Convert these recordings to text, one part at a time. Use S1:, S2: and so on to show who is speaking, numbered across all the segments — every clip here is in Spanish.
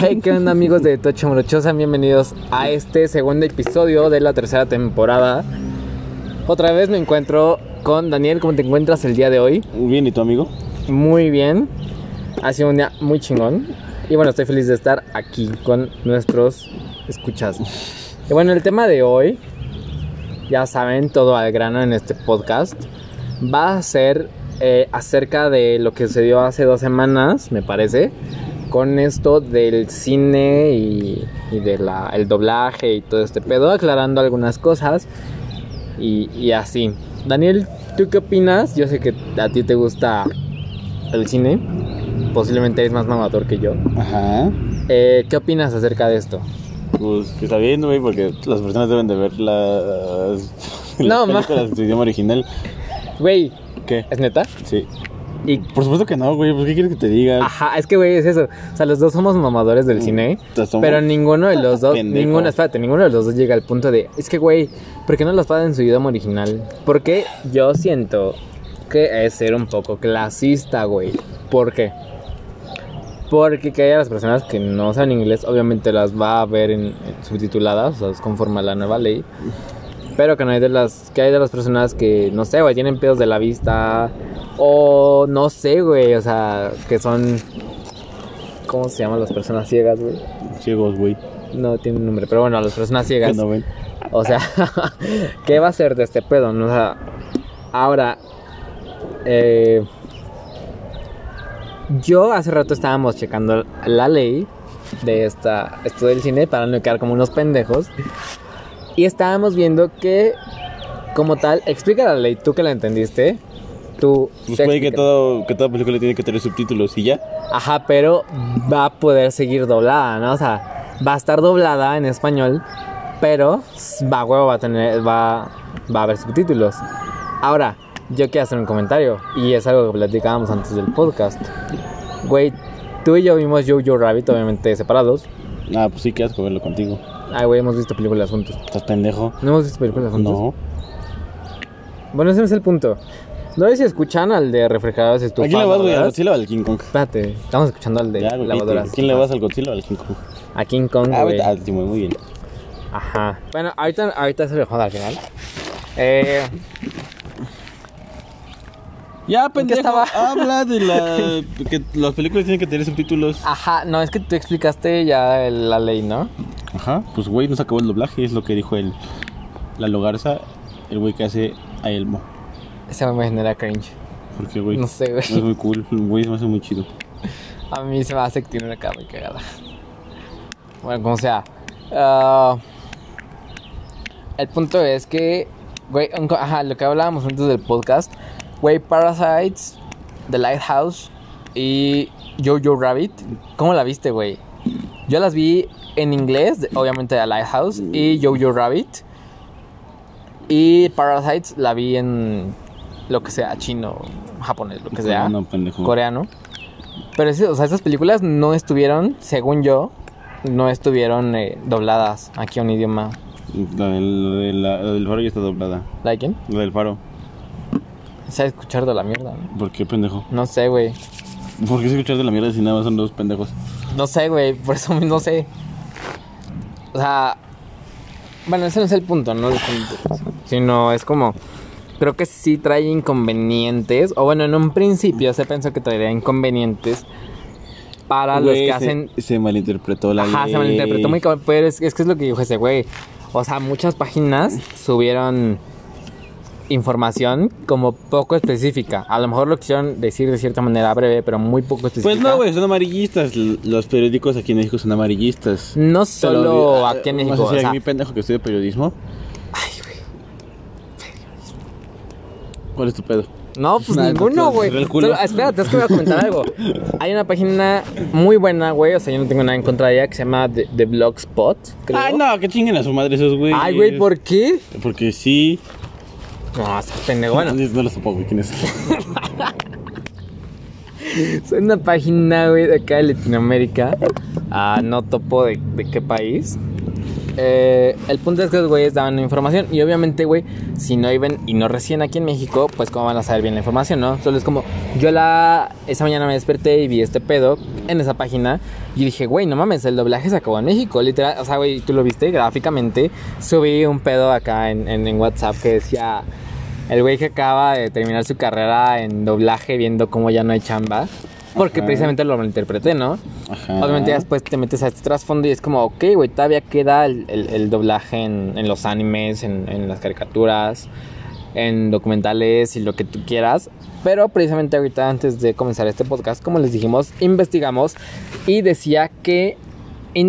S1: Hey, ¿qué onda amigos de Tocho Morocho? Sean bienvenidos a este segundo episodio de la tercera temporada. Otra vez me encuentro con Daniel, ¿cómo te encuentras el día de hoy?
S2: Muy bien, ¿y tu amigo?
S1: Muy bien, ha sido un día muy chingón. Y bueno, estoy feliz de estar aquí con nuestros escuchas. Y bueno, el tema de hoy, ya saben, todo al grano en este podcast, va a ser eh, acerca de lo que sucedió hace dos semanas, me parece, con esto del cine y, y del doblaje y todo este pedo, aclarando algunas cosas y, y así. Daniel, ¿tú qué opinas? Yo sé que a ti te gusta el cine, posiblemente eres más mamador que yo.
S2: Ajá.
S1: Eh, ¿Qué opinas acerca de esto?
S2: Pues que está bien, güey, porque las personas deben de ver las,
S1: No,
S2: las películas de idioma original.
S1: Güey,
S2: ¿Qué?
S1: ¿es neta?
S2: Sí.
S1: Y,
S2: Por supuesto que no, güey, pues ¿qué quieres que te diga?
S1: ajá, es que, güey, es eso. O sea, los dos somos mamadores Ah,
S2: Mm.
S1: del cine. ¿eh?
S2: O sea, somos-
S1: Pero ninguno de los dos,
S2: Pendejo.
S1: ninguno, espérate, ninguno de los dos llega al punto de, es que, güey, ¿por qué no los pagan en su idioma original? Porque yo siento que es ser un poco clasista, güey. ¿Por qué? Porque que haya las personas que no saben inglés, obviamente las va a ver en, en subtituladas, o sea, es conforme a la nueva ley. Pero que no hay de las, que hay de las personas que, no sé, güey, tienen pedos de la vista, o no sé, güey, o sea, que son, ¿cómo se llaman las personas ciegas, güey?
S2: Ciegos, güey.
S1: No tiene un nombre, pero bueno, las personas
S2: Que
S1: ciegas.
S2: no ven.
S1: O sea, ¿qué va a ser de este pedo? no? O sea, ahora, eh, yo hace rato estábamos checando la ley de esta, esto del cine para no quedar como unos pendejos. Y estábamos viendo que, como tal, explica la ley, tú que la entendiste. Tú,
S2: Pues
S1: te
S2: puede que,
S1: explica.
S2: todo, que toda película tiene que tener subtítulos y ya.
S1: Ajá, pero va a poder seguir doblada, ¿no? O sea, va a estar doblada en español, pero va huevo, va a tener, va, va a haber subtítulos. Ahora, yo quiero hacer un comentario, y es algo que platicábamos antes del podcast. Güey, tú y yo vimos Jojo Rabbit, obviamente separados.
S2: Ah, pues sí, qué asco verlo contigo.
S1: Ay, güey, hemos visto películas juntos.
S2: Estás pendejo.
S1: ¿No hemos visto películas juntos?
S2: No.
S1: Bueno, ese no es el punto. No sé si escuchan al de refrigeradores
S2: ¿A
S1: estufados.
S2: quién le vas, güey? ¿Al
S1: ¿verdad?
S2: Godzilla o al King Kong?
S1: Espérate, estamos escuchando al de
S2: Ya, güey, ¿a
S1: lavadoras.
S2: ¿Quién le vas al Godzilla o al King Kong?
S1: A King Kong,
S2: Ah,
S1: güey.
S2: vete al Timón, muy bien.
S1: Ajá. Bueno, ahorita, ahorita se lo joda al final. Eh,
S2: Ya,
S1: pendejo,
S2: Habla de la. que las películas tienen que tener subtítulos.
S1: ajá, no, es que tú explicaste ya el- la ley, ¿no?
S2: Ajá, pues güey, nos acabó el doblaje, es lo que dijo el la Logarza, el güey que hace a Elmo.
S1: Ese me genera cringe.
S2: Porque güey,
S1: No sé,
S2: es
S1: güey.
S2: muy cool, el güey se me hace muy chido.
S1: A mí se me hace que tiene una cara muy cagada. Bueno, como sea. Ah, el punto es que, güey, un co- ajá, lo que hablábamos antes del podcast, güey, Parasites, The Lighthouse y Jojo Rabbit, ¿cómo la viste, güey? Yo las vi en inglés, de- obviamente The Lighthouse y Jojo Rabbit. Y Parasites la vi en lo que sea, chino, japonés, lo que sea
S2: No, pendejo.
S1: coreano. Pero sí, o sea, esas películas no estuvieron, según yo, no estuvieron eh, dobladas aquí a un idioma.
S2: La del, la del- la del faro ya está doblada.
S1: ¿La de quién?
S2: La del faro.
S1: Se ha escuchado la mierda. ¿no?
S2: ¿Por qué pendejo?
S1: No sé, güey.
S2: ¿Por qué se escuchas de la mierda si nada más son dos pendejos?
S1: No sé, güey. Por eso no sé. O sea, bueno, ese no es el punto, ¿no? El punto, Sino es como, creo que sí trae inconvenientes. O bueno, en un principio se pensó que traería inconvenientes para Ah, los que
S2: Güey, se-
S1: hacen
S2: Se, malinterpretó la
S1: Ajá, se
S2: ley.
S1: malinterpretó muy cabrón, pero es, es que es lo que dijo ese güey. O sea, muchas páginas subieron información como poco específica. A lo mejor lo quisieron decir de cierta manera breve, pero muy poco específica.
S2: Pues no, güey, son amarillistas. L- Los periódicos aquí en México son amarillistas.
S1: No
S2: Te lo
S1: solo
S2: di- ah,
S1: aquí en México,
S2: Vas a
S1: o
S2: decir
S1: sea,
S2: a mí, pendejo, que estudio periodismo. ¿Cuál es tu pedo?
S1: No, pues
S2: Nah, no,
S1: ninguno,
S2: te-
S1: güey.
S2: te el culo.
S1: Solo- Espérate, es que voy a comentar algo. Hay una página muy buena, güey, o sea, yo no tengo nada en contra de ella, que se llama The, The Blogspot, creo.
S2: Ay, Ah, no, que chinguen a su madre esos güeyes.
S1: Ay, güey, ¿por qué?
S2: Porque sí.
S1: No, está pendejo. Bueno,
S2: No lo supo, güey, quién es.
S1: Es una página, güey, de acá de Latinoamérica. Ah, no topo de, de qué país. eh, el punto es que los güeyes daban información. Y obviamente, güey, si no iban y no recién aquí en México, pues cómo van a saber bien la información, ¿no? Solo es como, yo la. Esa mañana me desperté y vi este pedo en esa página. Y dije, güey, no mames, el doblaje se acabó en México. Literal, o sea, güey, tú lo viste gráficamente. Subí un pedo acá en, en, en WhatsApp que decía. El güey que acaba de terminar su carrera en doblaje viendo cómo ya no hay chamba. Porque
S2: Ajá.
S1: precisamente lo malinterpreté, ¿no?
S2: Ajá.
S1: Obviamente ya después te metes a este trasfondo y es como, ok, güey, todavía queda el, el- el doblaje en, en los animes, en, en las caricaturas, en documentales y lo que tú quieras. Pero precisamente ahorita antes de comenzar este podcast, como les dijimos, investigamos y decía que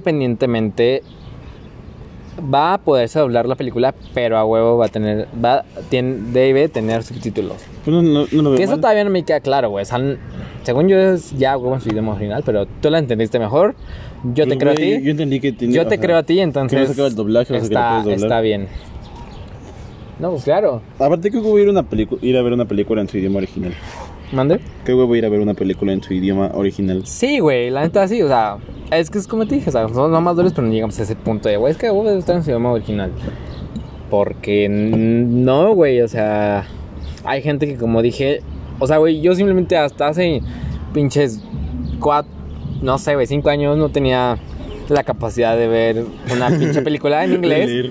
S1: independientemente va a poderse doblar la película, pero a huevo va a tener, va, tien- debe tener subtítulos.
S2: Pues no, no- no lo veo
S1: Que eso
S2: mal.
S1: todavía no me queda claro, güey. O sea, n- según yo es ya, güey, en su idioma original, pero tú la entendiste mejor. Yo te creo a
S2: güey,
S1: ti.
S2: Yo entendí que tenía-
S1: Yo
S2: o
S1: te
S2: sea,
S1: creo a ti, entonces.
S2: que no se acaba el doblaje, o sea, que lo
S1: está,
S2: puedes doblar.
S1: está bien. No, pues claro.
S2: Aparte creo que voy a ir, a una película- ir a ver una película en su idioma original.
S1: ¿Mande?
S2: Creo que voy a ir a ver una película en su idioma original.
S1: Sí, güey, la neta sí, o sea, es que es como te dije, o sea, somos más dobles, pero no llegamos a ese punto de, güey, es que güey, debe estar en su idioma original. Porque n- no, güey, o sea, hay gente que, como dije, o sea, güey, yo simplemente hasta hace pinches cuatro, no sé, güey, cinco años no tenía la capacidad de ver una pinche película en inglés.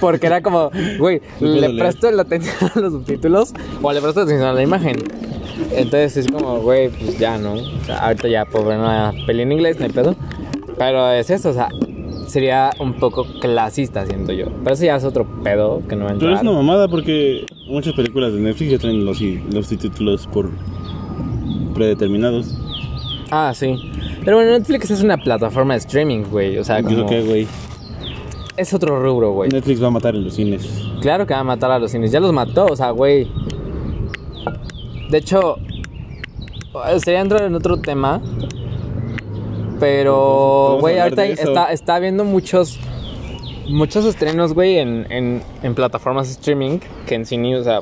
S1: Porque era como, güey,
S2: No puedo
S1: le
S2: leer.
S1: presto la atención a los subtítulos o le presto atención a la imagen. Entonces es como, güey, pues ya, ¿no? O sea, ahorita ya puedo ver una peli en inglés, no hay pedo. Pero es eso, o sea, sería un poco clasista, siento yo. Pero eso ya es otro pedo que no va a
S2: Pero es
S1: entrar.
S2: una mamada porque muchas películas de Netflix ya traen los, los subtítulos por predeterminados.
S1: Ah, sí. Pero bueno, Netflix es una plataforma de streaming, güey. O sea,
S2: ¿Qué es lo
S1: como-
S2: que, güey?
S1: es otro rubro, güey.
S2: Netflix va a matar en los cines.
S1: Claro que va a matar a los cines. Ya los mató, o sea, güey. De hecho, eh, sería entrar en otro tema. Pero,
S2: Vamos a
S1: güey,
S2: hablar
S1: ahorita
S2: de eso.
S1: está, está habiendo muchos muchos estrenos, güey, en, en, en plataformas de streaming que en cine, o sea,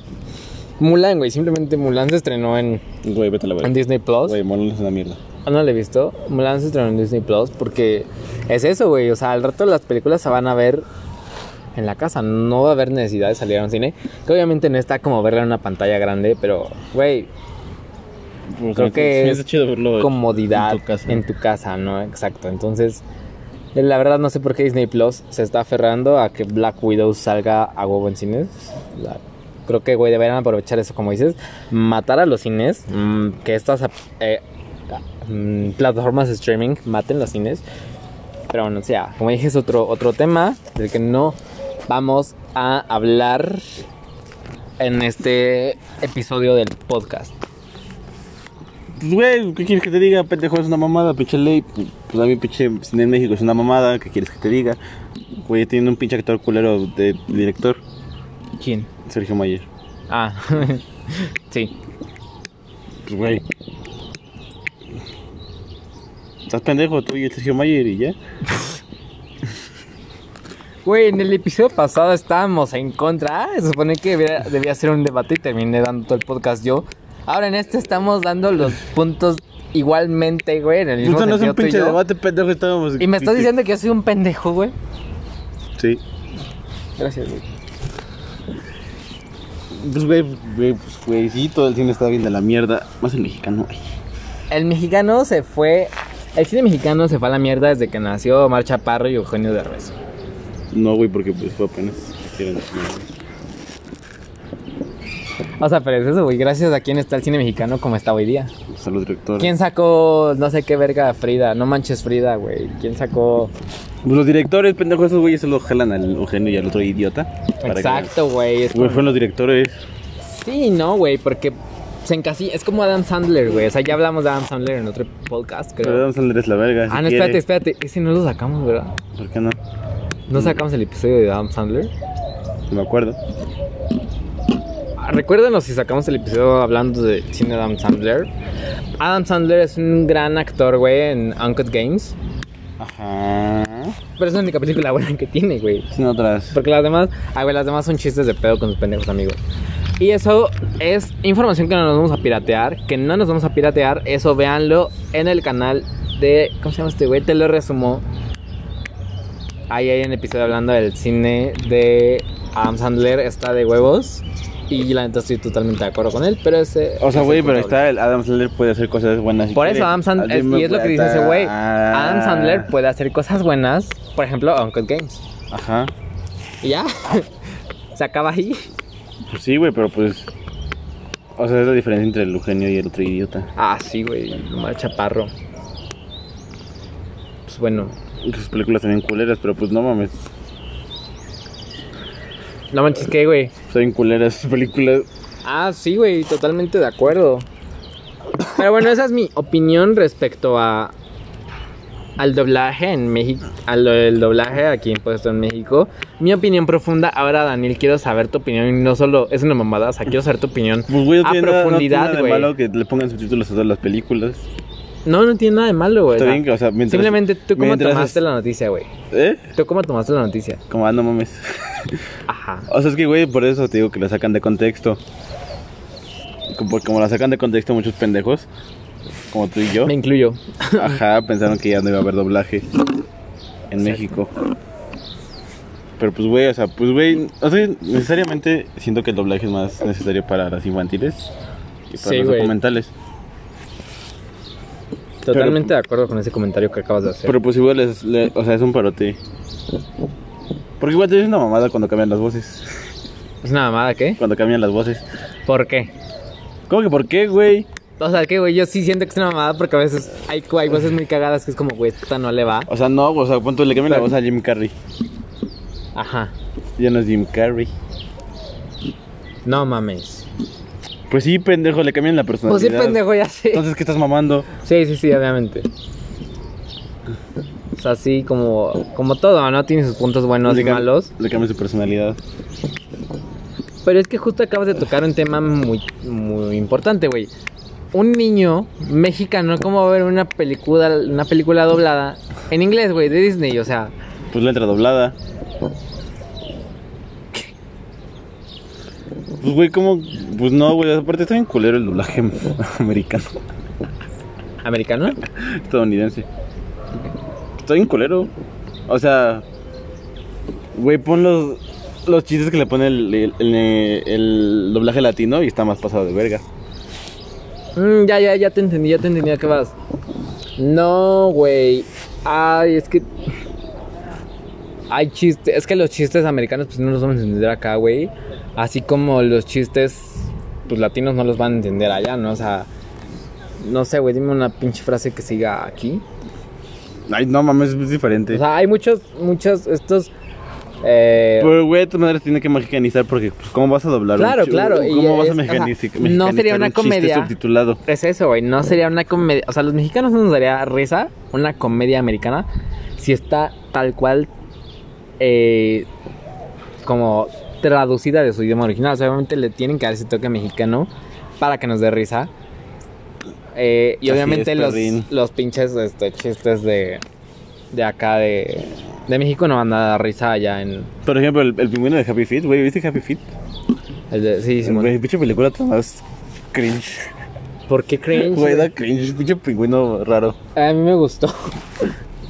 S1: Mulan, güey, simplemente Mulan se estrenó en,
S2: Güey, vete a la
S1: en
S2: verga.
S1: Disney Plus.
S2: Güey, Mulan es una mierda.
S1: Ah, No la he visto. Mulan se estrenó en Disney Plus porque es eso, güey. O sea, al rato las películas se van a ver en la casa. No va a haber necesidad de salir a un cine. Que obviamente no está como verla en una pantalla grande, pero, güey,
S2: Pues,
S1: Creo
S2: me-
S1: que
S2: se me
S1: es
S2: hace chido verlo
S1: comodidad
S2: en tu casa.
S1: casa, ¿no? Exacto. Entonces, eh, la verdad no sé por qué Disney Plus se está aferrando a que Black Widow salga a huevo en cines. La- creo que, güey, deberían aprovechar eso, como dices. Matar a los cines. mm, que estas ap- eh, mm, plataformas de streaming maten los cines. Pero bueno, o sea, como dije, es otro, otro tema del que no vamos a hablar en este episodio del podcast.
S2: Pues, güey, ¿qué quieres que te diga? Pendejo, es una mamada, pinche ley. Pues pues, a mí, pinche cine en México es una mamada. ¿Qué quieres que te diga? Güey, tiene un pinche actor culero de director,
S1: ¿Quién?
S2: Sergio Mayer.
S1: Ah, sí.
S2: Pues, güey. Estás pendejo tú y el Sergio Mayer y ya.
S1: Güey, en el episodio pasado estábamos en contra. Ah, Se supone que debía, debía ser un debate y terminé dando todo el podcast yo. Ahora en este estamos dando los puntos igualmente, güey, en el mismo
S2: Esto no es
S1: sentido
S2: un
S1: tú y
S2: pinche
S1: yo.
S2: debate, pendejo. Estábamos.
S1: Y me estás diciendo que yo soy un pendejo, güey.
S2: Sí.
S1: Gracias, güey.
S2: Pues, güey, pues, güey, pues, güey, sí, todo el cine está bien de la mierda. Más el mexicano, güey.
S1: El mexicano se fue. El cine mexicano se fue a la mierda desde que nació Omar Chaparro y Eugenio Derbez.
S2: No, güey, porque pues fue apenas. hicieron-
S1: O sea, pero es eso, güey. Gracias a quién está el cine mexicano como está hoy día.
S2: Salud, director.
S1: ¿Quién sacó no sé qué verga Frida? No manches Frida, güey. ¿Quién sacó
S2: Pues los directores, pendejo, esos güeyes se lo jalan al Eugenio y al otro idiota. para que-
S1: Exacto, güey. es
S2: Güey,
S1: como-
S2: fueron los directores.
S1: Sí, no, güey, porque se encasilla. Es como Adam Sandler, güey. O sea, ya hablamos de Adam Sandler en otro podcast,
S2: Pero
S1: creo.
S2: Adam Sandler es la verga. si
S1: ah, no,
S2: quiere.
S1: espérate, espérate. Ese no lo sacamos, ¿verdad?
S2: ¿Por qué no? Mm.
S1: No sacamos el episodio de Adam Sandler.
S2: No me acuerdo.
S1: Ah, Recuérdanos si sacamos el episodio hablando de cine de Adam Sandler. Adam Sandler es un gran actor, güey, en Uncut Games.
S2: Ajá.
S1: Pero es la única película buena que tiene, güey.
S2: Sin otras.
S1: Porque las demás, ah, güey, las demás son chistes de pedo con sus pendejos amigos. Y eso es información que no nos vamos a piratear, que no nos vamos a piratear, eso véanlo en el canal de, ¿cómo se llama este güey? Te lo resumo. Ahí hay un episodio hablando del cine de Adam Sandler, está de huevos. Y la neta estoy totalmente de acuerdo con él, pero ese.
S2: O
S1: ese
S2: sea, güey,
S1: es
S2: pero
S1: otro
S2: está el Adam Sandler puede hacer cosas buenas. si
S1: Por
S2: quiere.
S1: eso Adam Sandler,
S2: Alguien me
S1: y es lo que
S2: puede
S1: dice ese
S2: atar-
S1: güey, Adam Sandler puede hacer cosas buenas, por ejemplo, Uncle Games.
S2: Ajá.
S1: Y ya, se acaba ahí.
S2: Pues sí, güey, pero pues. O sea, es la diferencia entre el Eugenio y el otro idiota.
S1: Ah, sí, güey, Omar Chaparro. Pues bueno,
S2: Sus películas también culeras, pero pues no mames.
S1: no manches que, güey.
S2: Son culeras sus películas.
S1: Ah, sí, güey, totalmente de acuerdo. Pero bueno, esa es mi opinión respecto a al doblaje en México, al do- el doblaje aquí impuesto en México. Mi opinión profunda, ahora Daniel, quiero saber tu opinión y no solo es una mamada, o sea, quiero saber tu opinión
S2: Pues, güey, no
S1: a
S2: tiene nada- no tiene nada
S1: profundidad,
S2: de
S1: güey.
S2: malo que le pongan subtítulos a todas las películas.
S1: No, no tiene nada de malo, güey.
S2: Está
S1: o sea,
S2: bien que, o sea, mientras.
S1: Simplemente tú cómo
S2: mientras
S1: tomaste
S2: es-
S1: la noticia, güey.
S2: ¿Eh?
S1: Tú cómo tomaste la noticia.
S2: Como, ah, no mames.
S1: Ajá.
S2: O sea, es que, güey, por eso te digo que la sacan de contexto. Como, como la sacan de contexto muchos pendejos, como tú y yo,
S1: Me incluyo.
S2: ajá, pensaron que ya no iba a haber doblaje en México. Pero pues, güey, o sea, pues, güey, o sea, necesariamente siento que el doblaje es más necesario para las infantiles y para
S1: Sí,
S2: los
S1: güey.
S2: documentales.
S1: Totalmente de acuerdo con ese comentario que acabas de hacer.
S2: Pero pues igual, es, le- o sea, es un parote. Porque igual te dicen una mamada cuando cambian las voces.
S1: Es una mamada, ¿qué?
S2: Cuando cambian las voces.
S1: ¿Por qué?
S2: ¿Cómo que por qué, güey?
S1: O sea, que, güey, yo sí siento que es una mamada porque a veces hay, hay voces muy cagadas que es como, güey, esta no le va.
S2: O sea, no, o sea, ¿cuánto le cambian la voz a Jim Carrey?
S1: Ajá.
S2: Ya no es Jim Carrey.
S1: No mames.
S2: Pues sí, pendejo, le cambian la
S1: Pues sí,
S2: personalidad.
S1: pendejo, ya sé.
S2: Entonces, ¿qué estás mamando?
S1: Sí, sí, sí, obviamente. O sea, sí, como, como todo, ¿no? Tiene sus puntos buenos y
S2: le cam-
S1: malos.
S2: Le cambian su personalidad.
S1: Pero es que justo acabas de tocar un tema muy, muy importante, güey. Un niño mexicano, ¿cómo va a ver una película, una película doblada en inglés, güey, de Disney? O sea,
S2: Pues letra doblada. Pues, güey, ¿cómo? Pues no, güey, aparte está bien culero el doblaje americano,
S1: americano.
S2: estadounidense. Está bien culero. O sea, güey, pon los, los chistes que le pone el, el- el- el doblaje latino y está más pasado de verga.
S1: Mm, ya, ya, ya te entendí, ya te entendí, ¿a qué vas? No, güey. Ay, es que. Hay chistes. Es que los chistes americanos, pues no los vamos a entender acá, güey. Así como los chistes, pues latinos no los van a entender allá, ¿no? O sea. No sé, güey, dime una pinche frase que siga aquí.
S2: Ay, no mames, es diferente.
S1: O sea, hay muchos, muchos, estos. eh,
S2: Pero, güey, tu madre se tiene que mexicanizar porque, pues, ¿cómo vas a doblar un
S1: Claro,
S2: chi-
S1: claro, y
S2: ¿Cómo vas
S1: es- o sea,
S2: a mexicanizar,
S1: no sería
S2: mexicanizar
S1: una
S2: un chiste
S1: comedia.
S2: subtitulado?
S1: Es eso, güey. No sería una comedia. O sea, los mexicanos no nos daría risa una comedia americana si está tal cual eh, como traducida de su idioma original. O sea, obviamente le tienen que dar ese toque mexicano para que nos dé risa. Eh, y
S2: Así
S1: obviamente
S2: es,
S1: los,
S2: perrín.
S1: los pinches este, chistes de, de acá de, de México no van a dar risa allá en.
S2: Por ejemplo, el, el pingüino de Happy Feet, güey, ¿viste Happy Feet?
S1: el de- sí, Simón.
S2: Güey, pinche película tan más cringe.
S1: ¿Por qué creen?
S2: Güey, da cringe, pinche pingüino raro.
S1: A mí me gustó.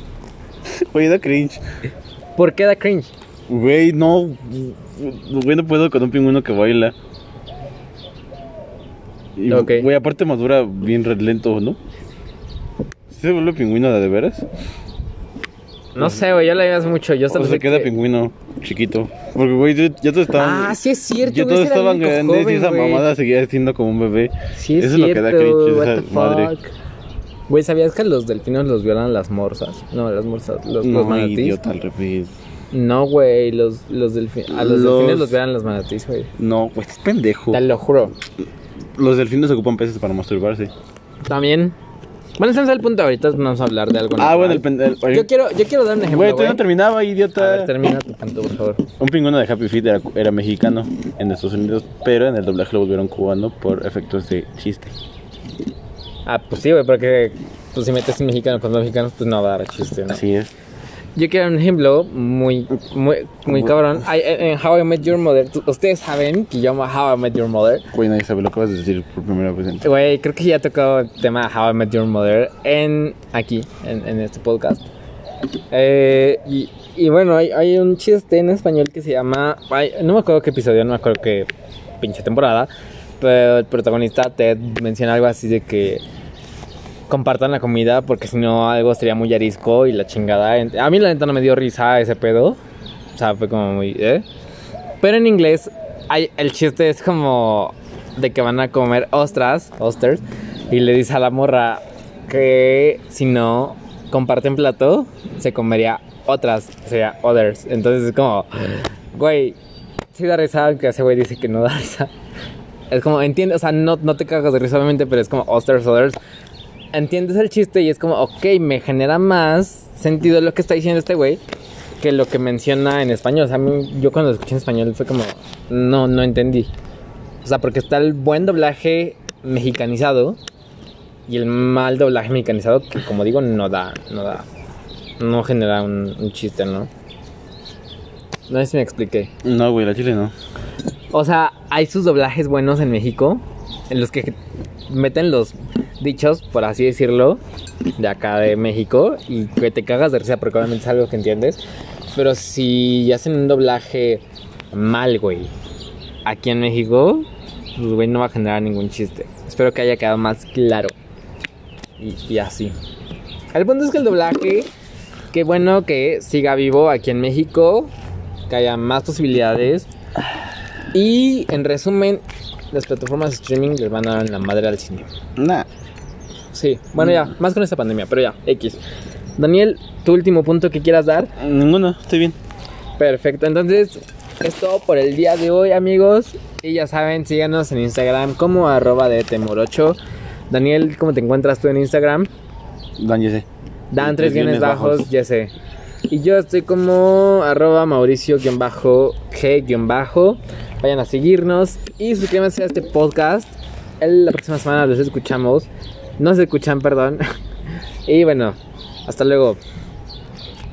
S2: Güey, da cringe.
S1: ¿Por qué da cringe?
S2: Güey, no. Güey, no puedo con un pingüino que baila. Y,
S1: Ok.
S2: Güey, aparte madura bien re lento, ¿no? ¿Sí ¿Se vuelve pingüino de veras?
S1: No sé, güey, yo la vi hace mucho. Yo solo
S2: O
S1: sé
S2: se queda
S1: que-
S2: pingüino chiquito. Porque, güey, ya, ya todos estaban.
S1: Ah, sí es cierto,
S2: Ya
S1: güey,
S2: todos
S1: ese era el
S2: estaban
S1: único
S2: grandes y
S1: joven,
S2: esa
S1: güey.
S2: mamada seguía siendo como un bebé.
S1: Sí es
S2: Eso es lo
S1: cierto,
S2: que da cringe,
S1: what
S2: esa
S1: the
S2: madre.
S1: fuck. Güey, ¿sabías que a los delfines los violan las morsas? No, las morsas, los, los
S2: No,
S1: manatís.
S2: idiota, al revés.
S1: No, güey, los, los delfi- a los,
S2: Los-
S1: delfines los violan las manatís, güey.
S2: No, güey, estás pendejo.
S1: Te lo juro.
S2: Los delfines ocupan peces para masturbarse.
S1: También. Bueno, ese no es el punto ahorita, vamos a hablar de algo.
S2: Ah,
S1: natural.
S2: bueno, el pendejo.
S1: Yo quiero, yo quiero dar un
S2: Güey,
S1: ejemplo,
S2: todavía
S1: güey.
S2: no terminaba,
S1: A
S2: idiota.
S1: ver, termina tu punto, por favor.
S2: Un pingüino de Happy Feet era, era mexicano en Estados Unidos, pero en el doblaje lo volvieron cubano por efectos de chiste.
S1: Ah, pues sí, güey, porque pues, si metes un mexicano con dos mexicanos, pues no va a dar chiste, ¿no?
S2: Así es.
S1: Yo quiero un ejemplo muy, muy, muy cabrón. Ay, en How I Met Your Mother, tú- ustedes saben que yo amo How I Met Your Mother.
S2: Güey, nadie sabe lo que acabas de decir por primera vez. en-
S1: Güey, creo que ya he tocado el tema de How I Met Your Mother en aquí, en, en este podcast. Eh, y, y bueno, hay, hay un chiste en español que se llama. ay, no me acuerdo qué episodio, no me acuerdo qué pinche temporada. Pero el protagonista Ted menciona algo así de que compartan la comida porque si no algo sería muy arisco y la chingada. En- A mí la neta no me dio risa ese pedo. O sea, fue como muy... ¿eh? Pero en inglés hay, el chiste es como de que van a comer ostras, osters, y le dice a la morra que si no comparten plato, se comería otras, sería others. Entonces es como, güey, sí da risa, aunque ese güey dice que no da risa. Es como, entiende, o sea, no, no te cagas de risa obviamente, pero es como osters, others entiendes el chiste y es como, ok, me genera más sentido lo que está diciendo este güey que lo que menciona en español. O sea, a mí- yo cuando lo escuché en español fue como, no, no entendí. O sea, porque está el buen doblaje mexicanizado y el mal doblaje mexicanizado que, como digo, no da, no da, no genera un, un chiste, ¿no? No sé si me expliqué.
S2: No, güey, la chile no.
S1: O sea, hay sus doblajes buenos en México, en los que meten los dichos, por así decirlo, de acá de México, y que te cagas de risa porque obviamente es algo que entiendes. Pero si hacen un doblaje mal, güey, aquí en México, pues, güey, no va a generar ningún chiste. Espero que haya quedado más claro. Y, y así. El punto es que el doblaje, qué bueno que siga vivo aquí en México, que haya más posibilidades. Y en resumen, las plataformas de streaming les van a dar en la madre al cine.
S2: Nah.
S1: Sí, bueno, ya, más con esta pandemia, pero ya, X. Daniel, tu último punto que quieras dar.
S2: Ninguno, estoy bien.
S1: Perfecto, entonces es todo por el día de hoy, amigos. Y ya saben, síganos en Instagram como arroba de temor8. Daniel, ¿cómo te encuentras tú en Instagram?
S2: Dan, ya sé.
S1: Dan tres
S2: Tres
S1: guiones
S2: guiones
S1: bajos,
S2: bajos.
S1: ya sé. Y yo estoy como arroba mauricio guión bajo g guión bajo. Vayan a seguirnos y suscríbanse a este podcast. El- la próxima semana los escuchamos. Nos escuchan, perdón. Y bueno, hasta luego.